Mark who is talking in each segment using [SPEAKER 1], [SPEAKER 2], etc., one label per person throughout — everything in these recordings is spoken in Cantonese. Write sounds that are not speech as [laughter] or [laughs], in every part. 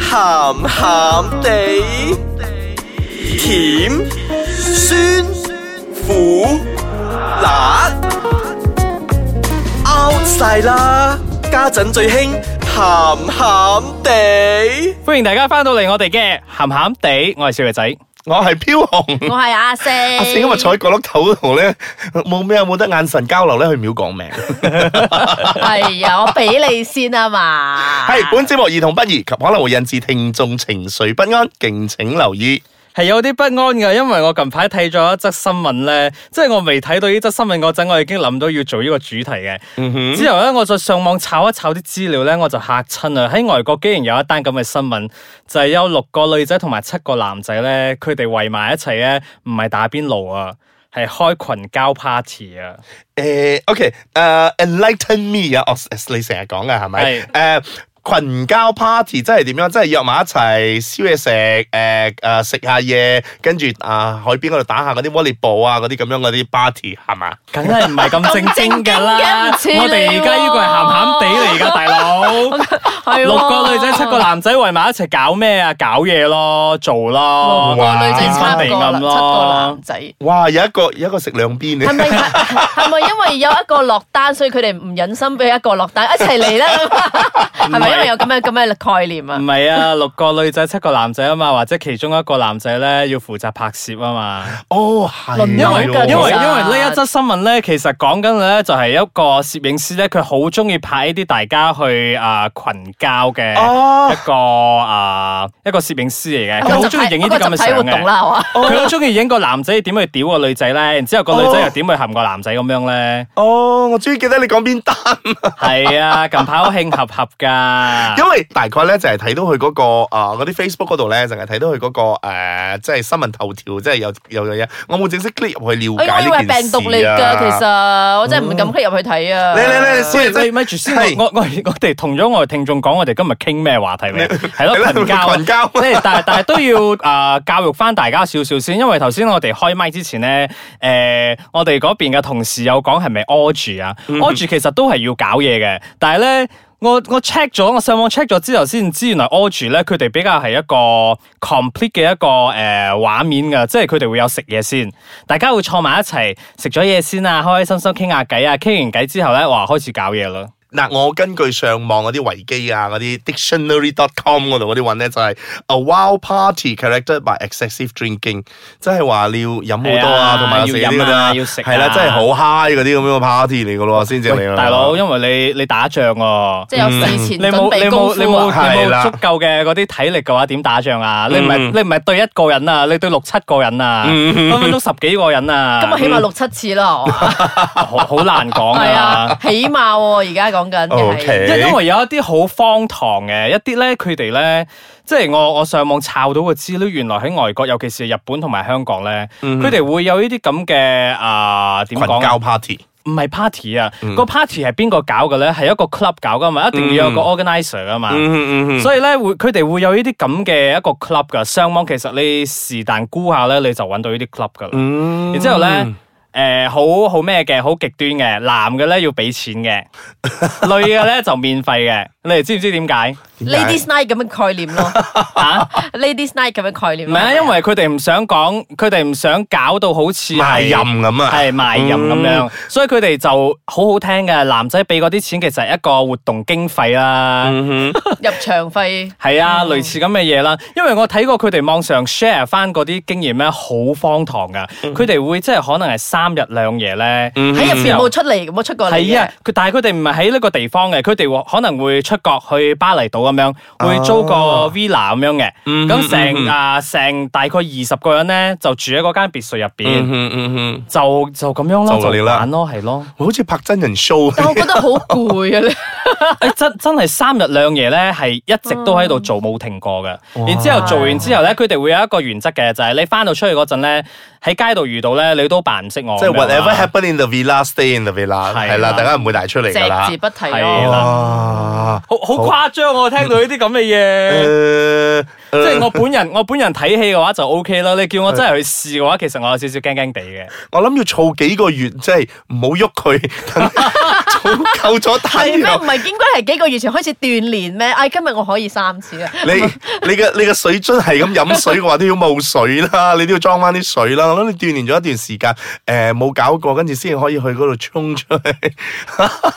[SPEAKER 1] 鹹鹹地，甜酸苦辣 out 晒啦！家陣最興鹹鹹地。
[SPEAKER 2] 歡迎大家翻到嚟我哋嘅鹹鹹地，我係小肥仔。
[SPEAKER 3] 我係飄紅。
[SPEAKER 4] 我係阿四，
[SPEAKER 3] 阿
[SPEAKER 4] 阿
[SPEAKER 3] 四今日坐喺角落頭度咧，冇咩啊冇得眼神交流咧，佢唔要講名。
[SPEAKER 4] 係啊，我俾你先啊嘛。
[SPEAKER 3] 係本節目兒童不宜及可能會引致聽眾情緒不安，敬請留意。
[SPEAKER 2] 係有啲不安嘅，因為我近排睇咗一則新聞咧，即係我未睇到呢則新聞嗰陣，我已經諗到要做呢個主題嘅。之後咧，我再上網炒一炒啲資料咧，我就嚇親啊！喺外國竟然有一單咁嘅新聞，就係、有六個女仔同埋七個男仔咧，佢哋圍埋一齊咧，唔係打邊爐啊，係開群交 party 啊！
[SPEAKER 3] 誒，OK，誒，enlighten me 啊，我你成日講嘅係咪？誒。群交 party 即係點樣？即係約埋一齊燒嘢食，誒、誒食下嘢，跟住啊海邊嗰度打下嗰啲 volleyball 啊，嗰啲咁樣嗰啲 party 係嘛？
[SPEAKER 2] 梗係唔係咁正經㗎啦！
[SPEAKER 4] [laughs] 咁正經嘅唔似你喎
[SPEAKER 2] 我哋而家呢個係鹹鹹地嚟㗎，大
[SPEAKER 4] [laughs]
[SPEAKER 2] 佬。
[SPEAKER 4] 係喎
[SPEAKER 2] 六個女仔七個，男仔圍埋一齊搞咩啊？搞嘢咯，做咯，
[SPEAKER 4] 六個女仔
[SPEAKER 2] 天
[SPEAKER 4] 七
[SPEAKER 2] 昏地
[SPEAKER 4] 個啦
[SPEAKER 2] 暗
[SPEAKER 4] 七個
[SPEAKER 2] 咯
[SPEAKER 4] 男。仔。
[SPEAKER 3] 哇！有一個有一個食兩邊嘅
[SPEAKER 4] 係。咪係咪因為有一個落單，所以佢哋唔忍心俾一個落單，一齊嚟啦？係咪因為有咁嘅咁嘅概念啊
[SPEAKER 2] 唔？係啊，六個女仔七個男仔啊嘛，或者其中一個男仔咧要負責拍攝啊嘛。
[SPEAKER 3] 哦，係
[SPEAKER 4] 輪流
[SPEAKER 2] 因
[SPEAKER 3] 喎。
[SPEAKER 2] 為因
[SPEAKER 4] 㗎
[SPEAKER 2] 為因為
[SPEAKER 4] 其實
[SPEAKER 2] 呢一則新聞咧，其實講緊咧就係一個攝影師咧，佢好中意拍呢啲大家去啊群交嘅
[SPEAKER 3] 哦
[SPEAKER 2] 一個啊一個攝影師嚟嘅，佢好中意影呢啲咁嘅
[SPEAKER 4] 哦集體
[SPEAKER 2] 相
[SPEAKER 4] 活動
[SPEAKER 2] 嘅。
[SPEAKER 4] 啦，哦係嘛？
[SPEAKER 2] 佢好中意影個男仔點去屌個女仔咧，然之後個女仔
[SPEAKER 4] 哦
[SPEAKER 2] 又點去含個男仔咁樣咧。
[SPEAKER 3] 哦，我終於記得你講邊單啦，
[SPEAKER 2] 係啊，近排好興合合噶，
[SPEAKER 3] 因為大概咧就係睇到佢嗰、個啊嗰啲 Facebook 嗰度咧，淨係睇到佢嗰、個、呃、即係新聞頭條，即係有有有嘢，我冇正式 click 入去了
[SPEAKER 4] 哎我以
[SPEAKER 3] 解呢
[SPEAKER 4] 為
[SPEAKER 3] 件
[SPEAKER 4] 病
[SPEAKER 3] 事
[SPEAKER 4] 毒嚟㗎，其
[SPEAKER 3] 啊。
[SPEAKER 4] 實我真係唔敢 click 入去睇啊！
[SPEAKER 3] 你你你
[SPEAKER 2] 喂
[SPEAKER 3] 先
[SPEAKER 2] 喂，咪住先，我我我我哋同咗我哋聽眾講，我哋今日傾咩話題未？係咯，
[SPEAKER 3] 係咯
[SPEAKER 2] 群交，啊
[SPEAKER 3] 群交
[SPEAKER 2] 即係但係但係都要啊教育翻大家少少先，因為頭先我哋開麥之前咧，誒我哋嗰邊嘅同事有講係咪屙住啊？屙住其實都係要搞嘢嘅，但係咧。我我 check 咗，我上網 check 咗之後先知，原來 o g 咧佢哋比較係一個 complete 嘅一個誒畫面㗎，即係佢哋會有食嘢先，大家會坐埋一齊食咗嘢先啊，開開心心傾下偈啊，傾完偈之後咧，哇開始搞嘢啦。
[SPEAKER 3] 嗱，我根據上網嗰啲維基啊、嗰啲 dictionary.com 嗰度嗰啲揾咧，就係、a wild party character by excessive drinking，即係話你要飲好多
[SPEAKER 2] 係啊
[SPEAKER 3] 啊，同埋有
[SPEAKER 2] 要
[SPEAKER 3] 啲
[SPEAKER 2] 飲
[SPEAKER 3] 㗎
[SPEAKER 2] 啊
[SPEAKER 3] 啦，
[SPEAKER 2] 要食啊
[SPEAKER 3] 係啦，真係好 high 嗰啲咁樣嘅 party 嚟㗎咯，先至嚟
[SPEAKER 2] 喂
[SPEAKER 3] 啊
[SPEAKER 2] 大佬，因為你你打仗啊。
[SPEAKER 4] 即係有事前
[SPEAKER 2] 你冇
[SPEAKER 4] 準
[SPEAKER 2] 你
[SPEAKER 4] 備功
[SPEAKER 2] 冇你冇你
[SPEAKER 4] 夫啊！
[SPEAKER 3] 係
[SPEAKER 2] 冇
[SPEAKER 3] 啦
[SPEAKER 2] 足夠嘅嗰啲體力嘅話，點打仗啊？你唔係
[SPEAKER 3] 嗯
[SPEAKER 2] 你唔係對一個人啊，你對六七個人啊，分分鐘十幾個人啊，
[SPEAKER 4] 咁啊，起碼六七次啦，係嘛？
[SPEAKER 2] 好好難講
[SPEAKER 4] 係
[SPEAKER 2] 啊
[SPEAKER 4] 啊。，起碼喎，而家講緊嘅係
[SPEAKER 3] OK
[SPEAKER 2] 因因為有一啲好荒唐嘅，一啲咧佢哋咧，即係我我上網抄到嘅資料，原來喺外國，尤其是日本同埋香港咧，佢哋、會有呢啲咁嘅啊點
[SPEAKER 3] 嗯群
[SPEAKER 2] 講
[SPEAKER 3] 交嗯
[SPEAKER 2] 啊？
[SPEAKER 3] party。
[SPEAKER 2] 唔係 party 啊，個 party 係邊個搞嘅咧？係一個 club 搞噶嘛，一定要有個 organizer 噶嘛。
[SPEAKER 3] 嗯嗯
[SPEAKER 2] 所以咧，會佢哋會有呢啲咁嘅一個 club 噶。上網其實你是但估下咧，你就揾到呢啲 club 噶啦。
[SPEAKER 3] 嗯
[SPEAKER 2] 然之後咧，誒好好咩嘅，好極端嘅，男嘅咧要俾錢
[SPEAKER 3] [laughs]
[SPEAKER 2] 嘅，女嘅咧就免費嘅。你哋知唔知點解？
[SPEAKER 3] Dạ,
[SPEAKER 4] Ladies Night 咁嘅
[SPEAKER 2] [laughs]
[SPEAKER 4] 概念咯
[SPEAKER 2] 啊
[SPEAKER 4] ，Ladies Night 咁嘅概念
[SPEAKER 2] 唔
[SPEAKER 3] [laughs]
[SPEAKER 4] 咯。
[SPEAKER 2] 係啊，因為佢哋唔想講，佢哋唔想搞到好似係
[SPEAKER 3] 賣淫咁啊
[SPEAKER 2] 係賣淫咁樣，所以佢哋就好好聽嘅。男仔俾嗰啲錢其實係一個活動經費啦。
[SPEAKER 4] 入場費
[SPEAKER 2] 係啊，
[SPEAKER 3] 哦
[SPEAKER 2] 類似咁嘅嘢啦，因為我睇過佢哋網上 share 翻嗰啲經驗咧，好荒唐噶。
[SPEAKER 3] 嗯
[SPEAKER 2] 佢哋會即係可能係三日兩夜咧，
[SPEAKER 4] 喺入邊
[SPEAKER 3] 嗯
[SPEAKER 4] 冇出嚟，冇出過嚟
[SPEAKER 2] 嗯係啊
[SPEAKER 4] 嘅。，
[SPEAKER 2] 佢但係佢哋唔係喺呢個地方嘅，佢哋可能會出國去巴厘島咁樣，會租個
[SPEAKER 3] 哦
[SPEAKER 2] villa 咁樣嘅。
[SPEAKER 3] 嗯
[SPEAKER 2] 咁成啊成大概二十個人咧，就住喺嗰間別墅入邊，
[SPEAKER 3] 嗯嗯嗯，
[SPEAKER 2] 就就咁樣咯，
[SPEAKER 3] 就嚟
[SPEAKER 2] 就
[SPEAKER 3] 啦
[SPEAKER 2] 玩咯，係咯。
[SPEAKER 3] 好似拍真人 show
[SPEAKER 4] 但我覺得好攰啊！
[SPEAKER 2] [laughs] 誒哎真真係三日兩夜咧，係一直都喺度做冇停過嘅。然之後做完之後咧，佢哋會有一個原則嘅，就係、你翻到出去嗰陣咧，喺街度遇到咧，你都扮唔識我咁樣啊。
[SPEAKER 3] 即係 whatever happened in the villa, stay in the
[SPEAKER 2] 係
[SPEAKER 3] villa，
[SPEAKER 2] 啦
[SPEAKER 3] 係啦，大家唔會帶出嚟
[SPEAKER 4] 你
[SPEAKER 3] 㗎啦
[SPEAKER 4] 隻字。不提
[SPEAKER 2] 係啊
[SPEAKER 4] 咯。
[SPEAKER 2] 啦
[SPEAKER 3] 哇！ờ,
[SPEAKER 2] 好
[SPEAKER 3] [laughs]
[SPEAKER 2] 好誇張喎！聽到呢啲咁嘅嘢，
[SPEAKER 3] 誒，
[SPEAKER 2] 即係我本人，我本人睇戲嘅話就 O K 啦。你叫我真係去試嘅話，其實我有少少驚驚地嘅。
[SPEAKER 3] 我諗要儲幾個月，即係唔好喐 [laughs] 佢，等儲夠咗
[SPEAKER 2] 啊
[SPEAKER 3] 單
[SPEAKER 4] 係咩？
[SPEAKER 3] 然
[SPEAKER 4] 唔
[SPEAKER 3] 後
[SPEAKER 4] 係應該係幾個月前開始鍛鍊咩？哎，今日我可以三次啊！
[SPEAKER 3] 你你嘅你嘅水樽係咁飲水嘅話，都要冇水啦，你都要裝翻啲水啦。我諗你鍛炼咗一段時間，诶、冇搞過，跟住先可以去嗰度衝出去。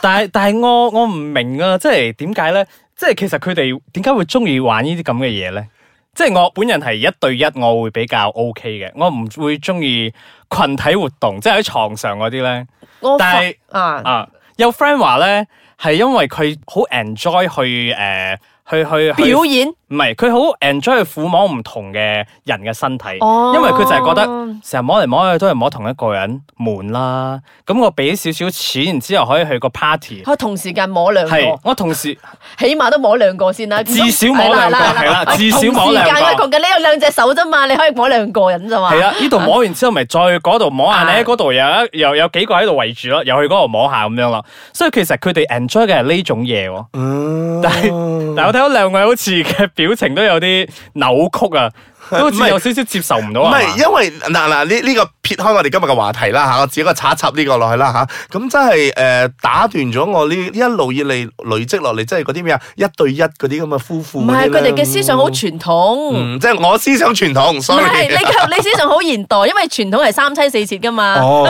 [SPEAKER 2] 但係但係我我唔明啊，即係點解咧？即係其實佢哋點解會中意玩呢啲咁嘅嘢咧？即係我本人係一對一，我會比較 O K 嘅，我唔會中意群體活動，即係喺床上嗰啲咧。
[SPEAKER 4] 我發
[SPEAKER 2] 但係
[SPEAKER 4] 啊，
[SPEAKER 2] 啊，有 friend 話咧係因為佢好 enjoy 去诶、去去去
[SPEAKER 4] 表演
[SPEAKER 2] 唔係，佢好 enjoy 去撫摸唔同嘅人嘅身體，
[SPEAKER 4] 哦
[SPEAKER 2] 因為佢就係覺得成日摸嚟摸去都係摸同一個人，悶啦。咁我俾少少錢，然之後可以去個 party，
[SPEAKER 4] 可以同時間摸兩個，
[SPEAKER 2] 係我同時
[SPEAKER 4] 起碼都摸兩個先啦。
[SPEAKER 2] 至少摸兩個係啦至少摸兩個
[SPEAKER 4] 同時間我講緊你有兩隻手啫嘛，你可以摸兩個人咋嘛。
[SPEAKER 2] 係啊，呢度摸完之後咪再嗰度摸下
[SPEAKER 4] 啊
[SPEAKER 2] 咧，嗰度有一又有幾個喺度圍住咯，又去嗰度摸下咁樣咯。所以其實佢哋 enjoy 嘅係呢種嘢喎。
[SPEAKER 3] 嗯
[SPEAKER 2] 但係但係我睇到兩位好似嘅表情都有啲扭曲
[SPEAKER 3] [laughs]
[SPEAKER 2] 啊，都好
[SPEAKER 3] 唔係
[SPEAKER 2] 似有少少接受唔到
[SPEAKER 3] 唔
[SPEAKER 2] 啊。係嘛
[SPEAKER 3] 係，因為嗱嗱呢呢個撇開我哋今日嘅話題啦嚇，我自己個插一插呢個落去啦嚇，咁真係誒打斷咗我呢一路以嚟累積落嚟，即係嗰啲咩啊一對一嗰啲咁嘅夫婦
[SPEAKER 4] 唔
[SPEAKER 3] 嗰啲咧
[SPEAKER 4] 係
[SPEAKER 3] 嗯
[SPEAKER 4] 佢哋嘅思想好傳統。
[SPEAKER 3] 嗯，即係我思想傳統
[SPEAKER 4] 唔係你
[SPEAKER 3] [laughs] ，sorry。
[SPEAKER 4] 嘅你思想好現代，因為傳統係三妻四妾噶嘛，
[SPEAKER 3] 哦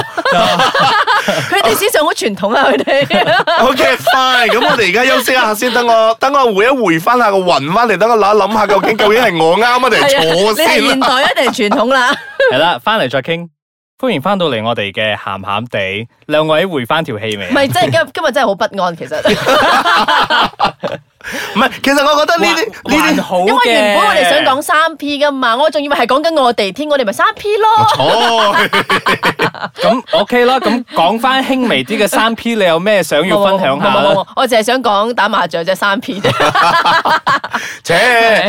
[SPEAKER 4] 佢哋思想好傳統啊，佢
[SPEAKER 3] [laughs]
[SPEAKER 4] 哋。
[SPEAKER 3] ，OK，fine。咁我哋而家休息一下先，等
[SPEAKER 4] [laughs]
[SPEAKER 3] 我等我回一回翻下個魂翻嚟，等我諗一諗下究竟究竟係我啱啊定係錯
[SPEAKER 4] 你係
[SPEAKER 3] 先
[SPEAKER 4] 現
[SPEAKER 3] 啦。
[SPEAKER 4] 代一定係傳統啦。
[SPEAKER 2] 系啦，翻嚟再傾。歡迎翻到嚟我哋嘅鹹鹹地，兩位回翻條氣未啊
[SPEAKER 4] 唔？係，真係今今日真係好不安，其實，
[SPEAKER 3] 唔係，其實我覺得呢啲
[SPEAKER 2] 還還
[SPEAKER 3] 呢
[SPEAKER 2] 好嘅，
[SPEAKER 4] 因為原本我哋想講三 P 噶嘛，我仲以為係講緊我哋添，我哋咪三 P 咯。
[SPEAKER 3] 啲錯。
[SPEAKER 2] 咁 OK 啦。咁講翻輕微啲嘅三 P，你有咩想要分享下
[SPEAKER 4] 冇冇冇
[SPEAKER 2] 啦？
[SPEAKER 4] 冇我淨係想講打麻雀啫，三 P 啫。
[SPEAKER 3] 切，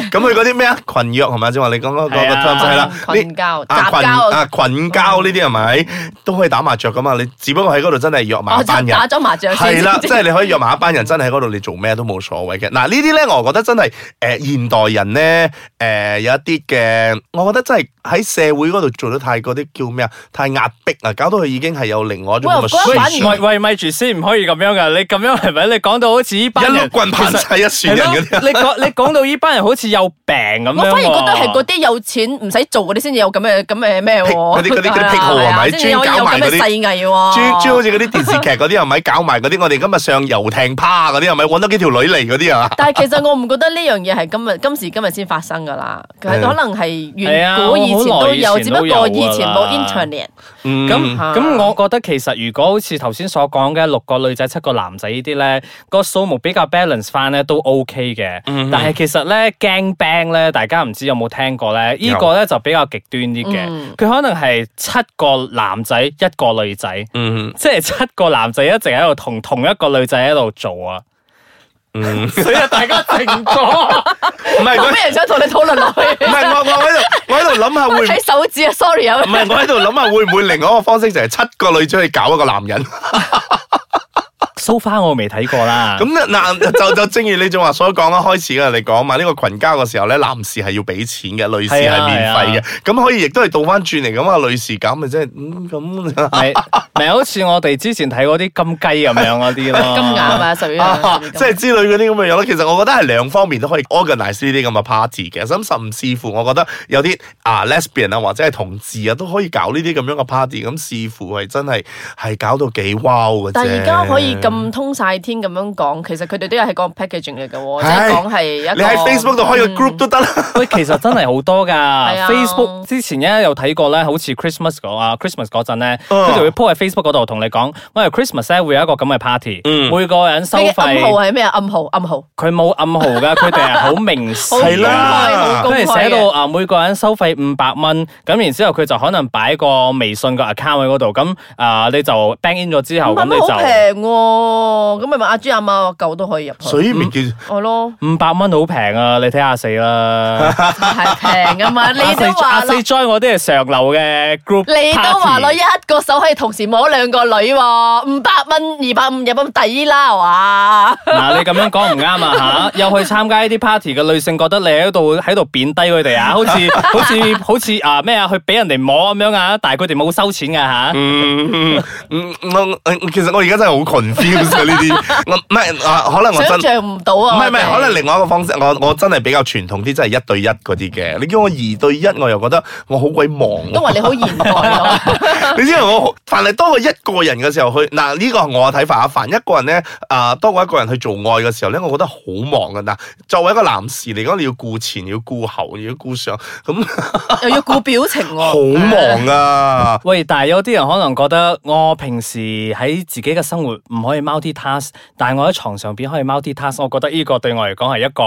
[SPEAKER 3] 咁佢嗰啲咩啊？群約係咪？正話你講嗰個
[SPEAKER 2] 係
[SPEAKER 3] 個
[SPEAKER 2] 啊
[SPEAKER 3] term 係啦，
[SPEAKER 4] 群
[SPEAKER 3] 呢
[SPEAKER 4] 交、
[SPEAKER 3] 啊
[SPEAKER 4] 雜
[SPEAKER 3] 群
[SPEAKER 4] 交，
[SPEAKER 3] 啊群交呢啲係咪都可以打麻雀噶嘛？你只不過喺嗰度真係約埋
[SPEAKER 4] 我
[SPEAKER 3] 一班
[SPEAKER 4] 就
[SPEAKER 3] 人
[SPEAKER 4] 打。咗麻雀先。 [laughs]
[SPEAKER 3] 係啦，即係你可以約埋一班人，真係喺嗰度你做咩都冇所謂嘅。嗱呢啲咧，我覺得真係誒、呃、現代人咧誒、呃有一啲嘅，我覺得真係喺社會嗰度做得太嗰啲叫咩啊？太壓迫啊，搞到佢已經係有另外一種
[SPEAKER 4] 喂
[SPEAKER 3] 咁嘅
[SPEAKER 4] 我覺得反而
[SPEAKER 2] 喂喂，咪住先，唔可以咁樣噶。你咁樣係咪？你講到好似呢班
[SPEAKER 3] 一
[SPEAKER 2] 人
[SPEAKER 3] 碌棍棒晒一船人嗰啲。啊
[SPEAKER 2] 你講你講到呢班人好似有病咁樣
[SPEAKER 4] 我
[SPEAKER 2] 喎。嗯
[SPEAKER 4] 反而覺得係嗰啲有錢唔使做嗰啲先至有咁嘅咁嘅咩喎？
[SPEAKER 3] 癖嗰啲嗰啲嗰啲癖好係咪
[SPEAKER 4] 啊先至有
[SPEAKER 3] 專搞
[SPEAKER 4] 有
[SPEAKER 3] 埋
[SPEAKER 4] 咁
[SPEAKER 3] 嗰啲
[SPEAKER 4] 嘅世藝喎？
[SPEAKER 3] 專專好似嗰啲電視劇嗰啲係咪搞埋嗰啲？我哋今日上遊艇趴嗰啲係咪揾多幾條女嚟嗰啲啊？
[SPEAKER 4] 但係其實我唔覺得呢樣嘢係今日今時今日先發生㗎啦，佢
[SPEAKER 3] 係
[SPEAKER 4] 可能係
[SPEAKER 2] 係啊
[SPEAKER 4] 遠古以前
[SPEAKER 2] 好
[SPEAKER 4] 都
[SPEAKER 2] 耐以前
[SPEAKER 4] 有，只不
[SPEAKER 2] 都有
[SPEAKER 4] 過
[SPEAKER 2] 㗎
[SPEAKER 4] 以前冇
[SPEAKER 2] 啦
[SPEAKER 4] internet。
[SPEAKER 3] 嗯
[SPEAKER 2] 咁
[SPEAKER 4] 啊
[SPEAKER 2] 咁，我覺得其實如果好似頭先所講嘅六個女仔七個男仔呢啲咧，個數目比較 balance 翻咧都 OK 嘅。
[SPEAKER 3] 嗯
[SPEAKER 2] 但係其實咧 gang bang 咧，大家唔知有冇聽過咧？呢個咧就比較極端啲嘅，
[SPEAKER 4] 嗯
[SPEAKER 2] 佢可能係七個男仔一個女仔，
[SPEAKER 3] 嗯
[SPEAKER 2] 即係七個男仔一直喺度同同一個女仔喺度做啊，
[SPEAKER 3] 嗯，
[SPEAKER 2] 所以大家靜咗。
[SPEAKER 3] 唔係
[SPEAKER 4] 冇
[SPEAKER 3] 佢
[SPEAKER 4] 咩人想同你討論落
[SPEAKER 3] 唔
[SPEAKER 4] 去？
[SPEAKER 3] 係我我喺度我喺度諗
[SPEAKER 4] [laughs]
[SPEAKER 3] 下會唔
[SPEAKER 4] 睇手指啊，sorry 啊
[SPEAKER 3] 唔。係我喺度諗下會唔會另外一個方式就係七個女仔去搞一個男人。
[SPEAKER 2] so far 我未睇過啦。
[SPEAKER 3] 咁嗱就就正如你仲話所講啦，開始嘅嚟講嘛，呢個群交嘅時候咧，男士係要俾錢嘅，女士
[SPEAKER 2] 係
[SPEAKER 3] 係
[SPEAKER 2] 啊
[SPEAKER 3] 免費嘅。咁可以亦都係倒翻轉嚟咁啊，女士咁咪即係嗯咁。
[SPEAKER 2] 咪咪好似我哋之前睇嗰啲金雞咁樣嗰啲咯，
[SPEAKER 4] 金眼啊，屬於
[SPEAKER 3] 啊，即係之類嗰啲咁嘅樣咯。其實我覺得係兩方面都可以 organize 呢啲咁嘅 party 嘅。咁甚至乎，我覺得有啲啊 lesbian 啊或者係同志啊都可以搞呢啲咁樣嘅 party。咁視乎係真係係搞到幾 wow 嘅啫。
[SPEAKER 4] 但係而家可以咁通晒天咁樣講，其實佢哋都有係講 packaging 嚟嘅喎，即
[SPEAKER 3] 唉
[SPEAKER 4] 係講係一個
[SPEAKER 3] 你喺 Facebook 度開個 group 都得啦。
[SPEAKER 2] 喂，其實真係好多㗎
[SPEAKER 4] 啊
[SPEAKER 2] Facebook 之前咧有睇過咧，好似 Christmas 嗰啊 Christmas 嗰陣咧，
[SPEAKER 4] 哦
[SPEAKER 3] 嗯
[SPEAKER 2] 佢就會 po 喺 Facebook 嗰度同你講，喂 Christmas 咧會有一個咁嘅 party，
[SPEAKER 3] 嗯
[SPEAKER 2] 每個人收
[SPEAKER 4] 你嘅暗號
[SPEAKER 2] 費，
[SPEAKER 4] 係咩啊？暗號暗號，
[SPEAKER 2] 佢冇暗號
[SPEAKER 4] [laughs]
[SPEAKER 2] 㗎，佢哋係好明示
[SPEAKER 4] 好
[SPEAKER 2] 㗎
[SPEAKER 3] 係啦
[SPEAKER 4] 公
[SPEAKER 2] 佢
[SPEAKER 4] 開好
[SPEAKER 2] 係寫
[SPEAKER 4] 公開
[SPEAKER 2] 到
[SPEAKER 4] 嘅。
[SPEAKER 2] 啊，每個人收費五百蚊，咁然之後佢就可能擺個微信個 account 喺嗰度，咁啊你就 bank in 咗之後，
[SPEAKER 4] 五
[SPEAKER 2] 咁
[SPEAKER 4] 百
[SPEAKER 2] 你
[SPEAKER 4] 蚊好
[SPEAKER 2] 就
[SPEAKER 4] 平喎，哦，咁咪咪阿豬阿貓阿狗都可以入去。
[SPEAKER 3] 所以咪叫
[SPEAKER 4] 哦咯，
[SPEAKER 2] 五百蚊好平啊！你睇下四啦，
[SPEAKER 4] 係平噶 [laughs] 嘛？你
[SPEAKER 2] 阿四
[SPEAKER 4] 都
[SPEAKER 2] 阿
[SPEAKER 4] 話
[SPEAKER 2] 四
[SPEAKER 4] 咯，
[SPEAKER 2] join 我啲係上流嘅 group，
[SPEAKER 4] 你都話咯，
[SPEAKER 2] party
[SPEAKER 4] 一個手可以同時摸兩個女喎，五百蚊、二百五入咁抵啦，係嘛？
[SPEAKER 2] 嗱，你咁樣講唔啱啊
[SPEAKER 4] [laughs]
[SPEAKER 2] 吓！又去參加呢啲 party 嘅女性，覺得你喺度喺度貶低佢哋啊，
[SPEAKER 4] [laughs]
[SPEAKER 2] 好似好似好似啊咩啊，去俾人哋摸咁樣啊，但係佢哋冇收錢噶吓。
[SPEAKER 3] 嗯嗯嗯嗯我我其實我而家真係好 confused 啊呢啲，我唔係啊可能我真
[SPEAKER 4] 想。象唔到啊！
[SPEAKER 3] 唔係唔係，
[SPEAKER 4] 我哋
[SPEAKER 3] 可能另外一個方式，我我真係比較傳統啲，真係一對一嗰啲嘅。你叫我二對一，我又覺得我好鬼忙喎
[SPEAKER 4] 都話你好現代啊咯。
[SPEAKER 3] [laughs]
[SPEAKER 2] [laughs]
[SPEAKER 3] 你知唔知我凡係當我一個人嘅時候去嗱呢個係我嘅睇法啊，凡一個人咧啊、當我一個人去做愛嘅時候咧，我覺得好忙噶嗱。作為一個男士嚟講，你要顧前，要顧後，要顧上，咁
[SPEAKER 4] 又要顧表情喎，
[SPEAKER 3] 好
[SPEAKER 2] [laughs]
[SPEAKER 3] 忙啊！
[SPEAKER 2] 喂，但係有啲人可能覺得我平時喺自己嘅生活唔可以 multi task，但係我喺床上邊可以 multi task，我覺得呢個對我嚟講係一個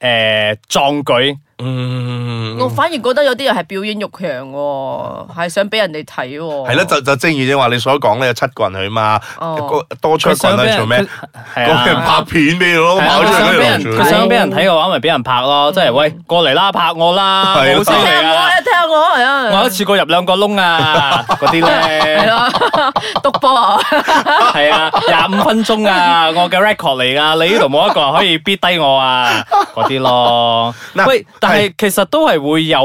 [SPEAKER 2] 誒壯舉。
[SPEAKER 3] 嗯，
[SPEAKER 4] 我反而覺得有啲人係表演欲強喎，係想俾人哋睇喎。
[SPEAKER 3] 係啦，就就正如你話你所講咧，有七個人去嘛，
[SPEAKER 4] 哦
[SPEAKER 3] 多出一個
[SPEAKER 2] 俾
[SPEAKER 3] 人去
[SPEAKER 2] 人
[SPEAKER 3] 做咩？
[SPEAKER 2] 佢係
[SPEAKER 4] [laughs]
[SPEAKER 3] 嗰個人
[SPEAKER 2] 啊。
[SPEAKER 3] 拍片俾你咯，
[SPEAKER 2] 係啊
[SPEAKER 3] 跑出
[SPEAKER 2] 佢想
[SPEAKER 3] 嚟
[SPEAKER 2] 俾人
[SPEAKER 3] 嗰度
[SPEAKER 2] 佢
[SPEAKER 3] 做。
[SPEAKER 2] 想俾人睇嘅話，咪俾人拍咯，即係喂過嚟啦，拍我啦，
[SPEAKER 3] 係啊
[SPEAKER 2] 我好犀
[SPEAKER 4] 聽
[SPEAKER 2] 利
[SPEAKER 4] 下我
[SPEAKER 2] 啊！
[SPEAKER 4] 啊，聽下我係啊，
[SPEAKER 2] 我一次過入兩個窿啊，嗰
[SPEAKER 4] [laughs]
[SPEAKER 2] 啲
[SPEAKER 4] 係
[SPEAKER 2] 咧， [laughs]
[SPEAKER 4] 咯，篤波啊，
[SPEAKER 2] 係啊，廿五分鐘啊，我嘅 record 嚟噶，你呢度冇一個人可以 beat 低我啊，嗰啲咯。
[SPEAKER 3] 嗱
[SPEAKER 2] 喂，但係
[SPEAKER 3] 係
[SPEAKER 2] 其實都係會有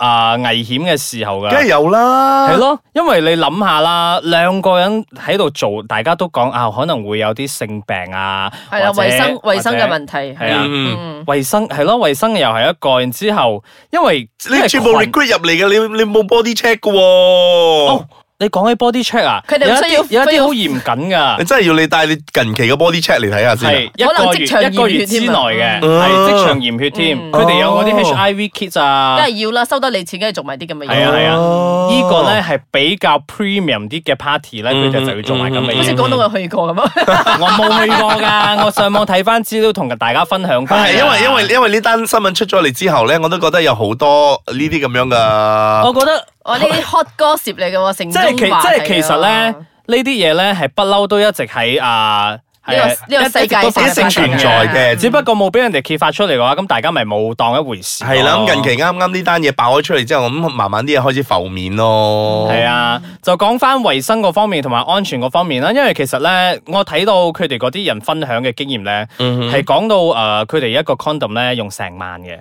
[SPEAKER 2] 啊、危險嘅時候噶
[SPEAKER 3] 梗。係有啦，
[SPEAKER 2] 係咯，因為你諗下啦，兩個人喺度做，大家都講啊，可能會有啲性病啊，
[SPEAKER 4] 係啦，
[SPEAKER 2] 或者
[SPEAKER 4] 衞生衞生嘅問題
[SPEAKER 2] 係啊
[SPEAKER 3] 嗯
[SPEAKER 4] 嗯
[SPEAKER 2] 衛生係咯，衛生又係一個，然之後因為因
[SPEAKER 3] 你
[SPEAKER 2] 為
[SPEAKER 3] 全部
[SPEAKER 2] 群
[SPEAKER 3] recruit 入嚟嘅，你你冇 body check 嘅喎
[SPEAKER 2] 哦。你講起 body check 啊，
[SPEAKER 4] 佢哋唔需要
[SPEAKER 2] 有一啲有一
[SPEAKER 4] 需
[SPEAKER 2] 啲
[SPEAKER 4] 要
[SPEAKER 2] 好嚴謹噶
[SPEAKER 3] 你。 [laughs] 真係要你帶你近期嘅 body check 嚟睇下先
[SPEAKER 2] 係
[SPEAKER 3] 啊。
[SPEAKER 2] 一
[SPEAKER 4] 可能
[SPEAKER 2] 個
[SPEAKER 4] 即
[SPEAKER 2] 月
[SPEAKER 4] 場驗
[SPEAKER 2] 一個月之內
[SPEAKER 4] 血啊
[SPEAKER 2] 嘅，
[SPEAKER 3] 嗯
[SPEAKER 2] 係即場驗血添。
[SPEAKER 4] 嗯
[SPEAKER 2] 佢哋有嗰啲
[SPEAKER 3] 哦
[SPEAKER 2] HIV kit
[SPEAKER 4] 梗
[SPEAKER 2] 啊，
[SPEAKER 4] 係要啦，收得你錢，梗係做埋啲咁嘅
[SPEAKER 2] 係啊
[SPEAKER 4] 嘢。
[SPEAKER 2] 係啊，
[SPEAKER 3] 哦
[SPEAKER 2] 呢個咧係比較 premium 啲嘅 party 咧，
[SPEAKER 3] 嗯
[SPEAKER 2] 佢哋就要做埋咁嘅
[SPEAKER 4] 嗯好似
[SPEAKER 2] 嘢。
[SPEAKER 4] 講到我去過咁啊，
[SPEAKER 2] 我冇去過㗎，我上網睇翻資料同大家分享翻。
[SPEAKER 3] 啊係因為因為因為呢單新聞出咗嚟之後咧，我都覺得有好多呢啲咁樣
[SPEAKER 2] 我
[SPEAKER 3] 嘅。
[SPEAKER 2] 覺得
[SPEAKER 4] 哦我呢啲 hot gossip 嚟嘅喎，城
[SPEAKER 2] 即係其
[SPEAKER 4] 中啊
[SPEAKER 2] 即
[SPEAKER 4] 話
[SPEAKER 2] 係其實咧，呢啲嘢咧係不嬲都一直喺啊。係啊
[SPEAKER 4] 呢個呢個
[SPEAKER 2] 一
[SPEAKER 4] 世界
[SPEAKER 2] 直都
[SPEAKER 3] 一直存在嘅
[SPEAKER 2] 只不過冇俾人哋揭發出嚟嘅話，咁大家咪冇當一回事咯。
[SPEAKER 3] 係啦，咁近期啱啱呢單嘢爆咗出嚟之後，咁慢慢啲嘢開始浮面咯。
[SPEAKER 2] 係啊，就講翻衞生嗰方面同埋安全嗰方面啦，因為其實咧，我睇到佢哋嗰啲人分享嘅經驗咧，
[SPEAKER 3] 嗯
[SPEAKER 2] 係講到呃誒佢哋一個 condom 咧用成萬嘅，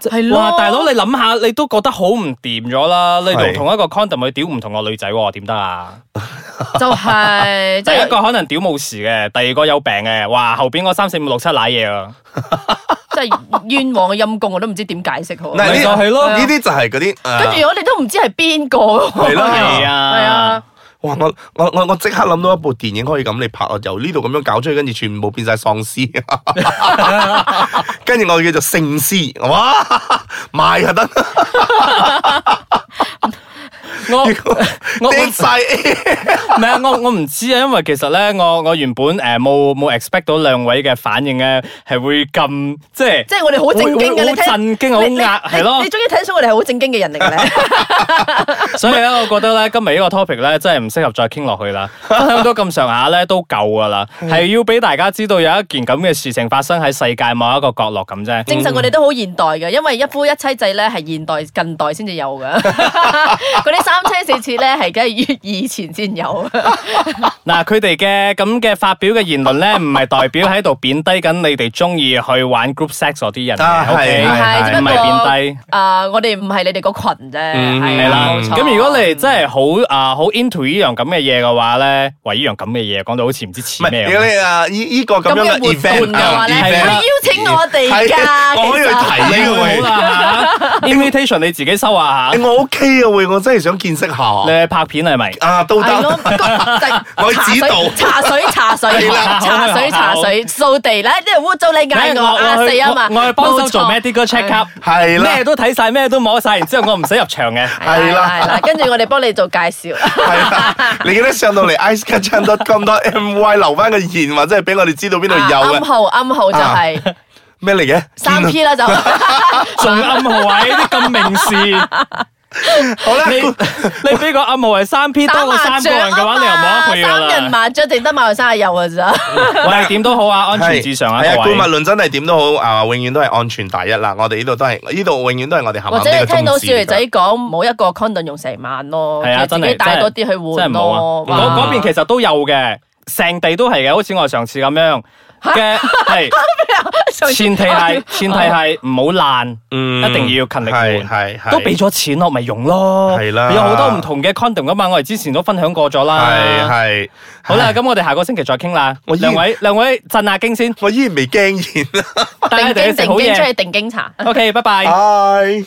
[SPEAKER 4] 係
[SPEAKER 2] 哇！
[SPEAKER 4] 咯，
[SPEAKER 2] 大佬你諗下，你都覺得好唔掂咗啦，你
[SPEAKER 3] 係
[SPEAKER 2] 同同一個 condom 去屌唔同個女仔喎，點得啊？
[SPEAKER 4] 就
[SPEAKER 2] [laughs]
[SPEAKER 4] 係
[SPEAKER 2] 即
[SPEAKER 4] 即
[SPEAKER 2] 係
[SPEAKER 4] 係
[SPEAKER 2] 一個可能屌冇事嘅，第二個有病嘅，哇！後邊嗰三四五六七奶嘢啊，
[SPEAKER 4] 即係冤枉嘅陰公，我都唔知點解釋好。
[SPEAKER 3] 嗱，呢
[SPEAKER 2] 咪就係咯
[SPEAKER 3] 呢啲就係嗰啲啊
[SPEAKER 4] 跟
[SPEAKER 3] 誒。
[SPEAKER 4] 住我哋都唔知係邊個喎。
[SPEAKER 3] 係啦
[SPEAKER 2] 係
[SPEAKER 4] 係啊
[SPEAKER 2] 啊，。
[SPEAKER 3] 哇！我我我我即刻諗到一部電影可以咁你拍啊，由呢度咁樣搞出去，跟住全部變晒喪屍，啊
[SPEAKER 2] [laughs]
[SPEAKER 3] 跟住我叫做聖屍，哇！賣就得，
[SPEAKER 2] 我我
[SPEAKER 3] 掟晒 [laughs] A，
[SPEAKER 2] 唔係啊，我我唔知啊，因為其實咧，我我原本誒冇冇 expect 到兩位嘅反應咧，係會咁即係
[SPEAKER 4] 即係我哋好正經嘅，
[SPEAKER 2] 會
[SPEAKER 4] 你
[SPEAKER 2] 會
[SPEAKER 4] 睇
[SPEAKER 2] 好震驚，好
[SPEAKER 4] 你你
[SPEAKER 2] 壓係
[SPEAKER 4] 你
[SPEAKER 2] 咯
[SPEAKER 4] 你。終於睇得出我哋係好正經嘅人
[SPEAKER 2] [laughs]
[SPEAKER 4] 嚟嘅咧，
[SPEAKER 2] 所以咧，我覺得咧，今日呢個 topic 咧，真係唔適合再傾落去啦。分享到咁上下咧，都夠噶啦，係要俾大家知道有一件咁嘅事情發生喺世界某一個角落咁啫。
[SPEAKER 4] 證實我哋都好現代嘅，因為一夫一妻制咧係現代近代先至
[SPEAKER 2] [laughs]
[SPEAKER 4] 有嘅，嗰啲三妻四妾咧係梗係越以前先有。
[SPEAKER 2] 嗱，佢哋嘅咁嘅發表嘅言論
[SPEAKER 3] [laughs]
[SPEAKER 2] 咧，唔係代表喺度貶低緊你哋中意去玩 group sex 嗰啲人
[SPEAKER 3] 啊
[SPEAKER 2] 嘅，OK，
[SPEAKER 3] 係係
[SPEAKER 4] 係，只
[SPEAKER 2] 唔
[SPEAKER 4] 不
[SPEAKER 2] 係貶低
[SPEAKER 4] 過。啊，我哋唔係你哋個群啫，係
[SPEAKER 2] 嗯係啦
[SPEAKER 4] 啦，冇，錯
[SPEAKER 2] 咁如果你真係好啊好 into 呢樣咁嘅嘢嘅話咧，喂，呢樣咁嘅嘢講到好似唔知
[SPEAKER 3] 唔
[SPEAKER 2] 似
[SPEAKER 3] 係
[SPEAKER 2] 咩
[SPEAKER 3] 如
[SPEAKER 2] 咁。
[SPEAKER 3] 果你啊依依個咁
[SPEAKER 4] 咁
[SPEAKER 3] 樣
[SPEAKER 4] 嘅
[SPEAKER 3] 嘅
[SPEAKER 4] 活
[SPEAKER 3] event
[SPEAKER 4] 動嘅話
[SPEAKER 3] 啊
[SPEAKER 4] 咧，
[SPEAKER 2] 係
[SPEAKER 4] 你
[SPEAKER 3] event
[SPEAKER 4] 邀請我哋
[SPEAKER 3] 係 [laughs]
[SPEAKER 4] 㗎，
[SPEAKER 3] 我可以去
[SPEAKER 4] 其實
[SPEAKER 3] 睇
[SPEAKER 2] 你
[SPEAKER 3] 呢個
[SPEAKER 2] 好
[SPEAKER 3] 位。 [laughs]
[SPEAKER 2] 啦嚇，invitation 你自己收下嚇
[SPEAKER 3] 誒，我 OK 啊，喂，我真係想見識下。
[SPEAKER 2] 你去拍片係咪？
[SPEAKER 3] 啊，都
[SPEAKER 4] 係咯
[SPEAKER 3] 得。， [laughs] 我
[SPEAKER 4] 茶
[SPEAKER 3] 指
[SPEAKER 4] 水
[SPEAKER 3] 導
[SPEAKER 4] 茶水茶水
[SPEAKER 2] 係啦
[SPEAKER 4] 茶水茶水掃地咧，呢度污糟你嗌我啊
[SPEAKER 2] 去
[SPEAKER 4] 死啊嘛！
[SPEAKER 2] 我我去幫手做
[SPEAKER 4] 冇錯
[SPEAKER 2] medical check up，
[SPEAKER 3] 係啦
[SPEAKER 2] 咩都睇晒，咩都摸晒，然之後我唔使入場嘅。
[SPEAKER 4] 係
[SPEAKER 3] 係
[SPEAKER 4] 啦
[SPEAKER 3] 啦
[SPEAKER 4] 係啦，跟住我哋幫你做介
[SPEAKER 3] [laughs]
[SPEAKER 4] 紹。
[SPEAKER 3] 係啦，你記得上到嚟 icecatchan.com.my 留翻個言，或者係俾我哋知道邊度有
[SPEAKER 4] 暗
[SPEAKER 3] 嘅
[SPEAKER 4] 號暗號就
[SPEAKER 3] À.
[SPEAKER 4] 係
[SPEAKER 3] 咩嚟嘅？ [laughs]
[SPEAKER 4] 三 P 啦就，
[SPEAKER 2] 啊仲暗號位啲咁明示，
[SPEAKER 3] 好啦，
[SPEAKER 2] 你你俾個暗號係三 P 多過三個人嘅話，你又冇得去
[SPEAKER 4] 啊三
[SPEAKER 2] 噶
[SPEAKER 4] 人
[SPEAKER 2] 啦。
[SPEAKER 4] 麻雀淨得馬來西亞有㗎咋。
[SPEAKER 2] 喂，點都好啊，安全至上啊，
[SPEAKER 3] 係係
[SPEAKER 2] 各
[SPEAKER 3] 顧
[SPEAKER 2] 位。
[SPEAKER 3] 物論真係點都好啊，永遠都係安全第一啦。我哋呢度都係呢度，永遠都係我哋行
[SPEAKER 4] 或
[SPEAKER 3] 行
[SPEAKER 4] 者
[SPEAKER 3] 呢
[SPEAKER 4] 你
[SPEAKER 3] 個
[SPEAKER 4] 聽到
[SPEAKER 3] 宗旨
[SPEAKER 4] 少爺
[SPEAKER 3] 嚟
[SPEAKER 4] 仔
[SPEAKER 3] 㗎。
[SPEAKER 4] 講冇一個 condom 用成晚咯，
[SPEAKER 2] 係啊
[SPEAKER 4] 其實自
[SPEAKER 2] 真
[SPEAKER 4] 己
[SPEAKER 2] 係
[SPEAKER 4] 帶多啲去
[SPEAKER 2] 真
[SPEAKER 4] 換
[SPEAKER 2] 係冇啊
[SPEAKER 4] 咯。！
[SPEAKER 2] 嗰
[SPEAKER 4] 哇
[SPEAKER 2] 嗰邊其實都有嘅，成地都係嘅，好似我上次咁樣
[SPEAKER 4] [laughs]
[SPEAKER 2] 嘅，係前提係前提係唔好爛，
[SPEAKER 3] 嗯
[SPEAKER 2] 一定
[SPEAKER 3] Ừ.
[SPEAKER 2] 要勤力換。
[SPEAKER 3] 係係係
[SPEAKER 2] 都俾咗錢咯，咪用咯。
[SPEAKER 3] 係啦
[SPEAKER 2] 有好多唔同嘅 condom 噶嘛，我哋之前都分享過咗
[SPEAKER 3] 係
[SPEAKER 2] 啦。
[SPEAKER 3] 係
[SPEAKER 2] 好啦，咁我哋下個星期再傾啦。
[SPEAKER 3] 我依
[SPEAKER 2] 兩位兩位震下驚先，
[SPEAKER 3] 我依然未驚現啊！
[SPEAKER 2] 大家一
[SPEAKER 4] 定
[SPEAKER 2] 定要食
[SPEAKER 4] 經哦定
[SPEAKER 2] 好
[SPEAKER 4] 經出
[SPEAKER 2] 嘢
[SPEAKER 4] 去。定經茶。
[SPEAKER 2] OK，拜拜。
[SPEAKER 3] 唉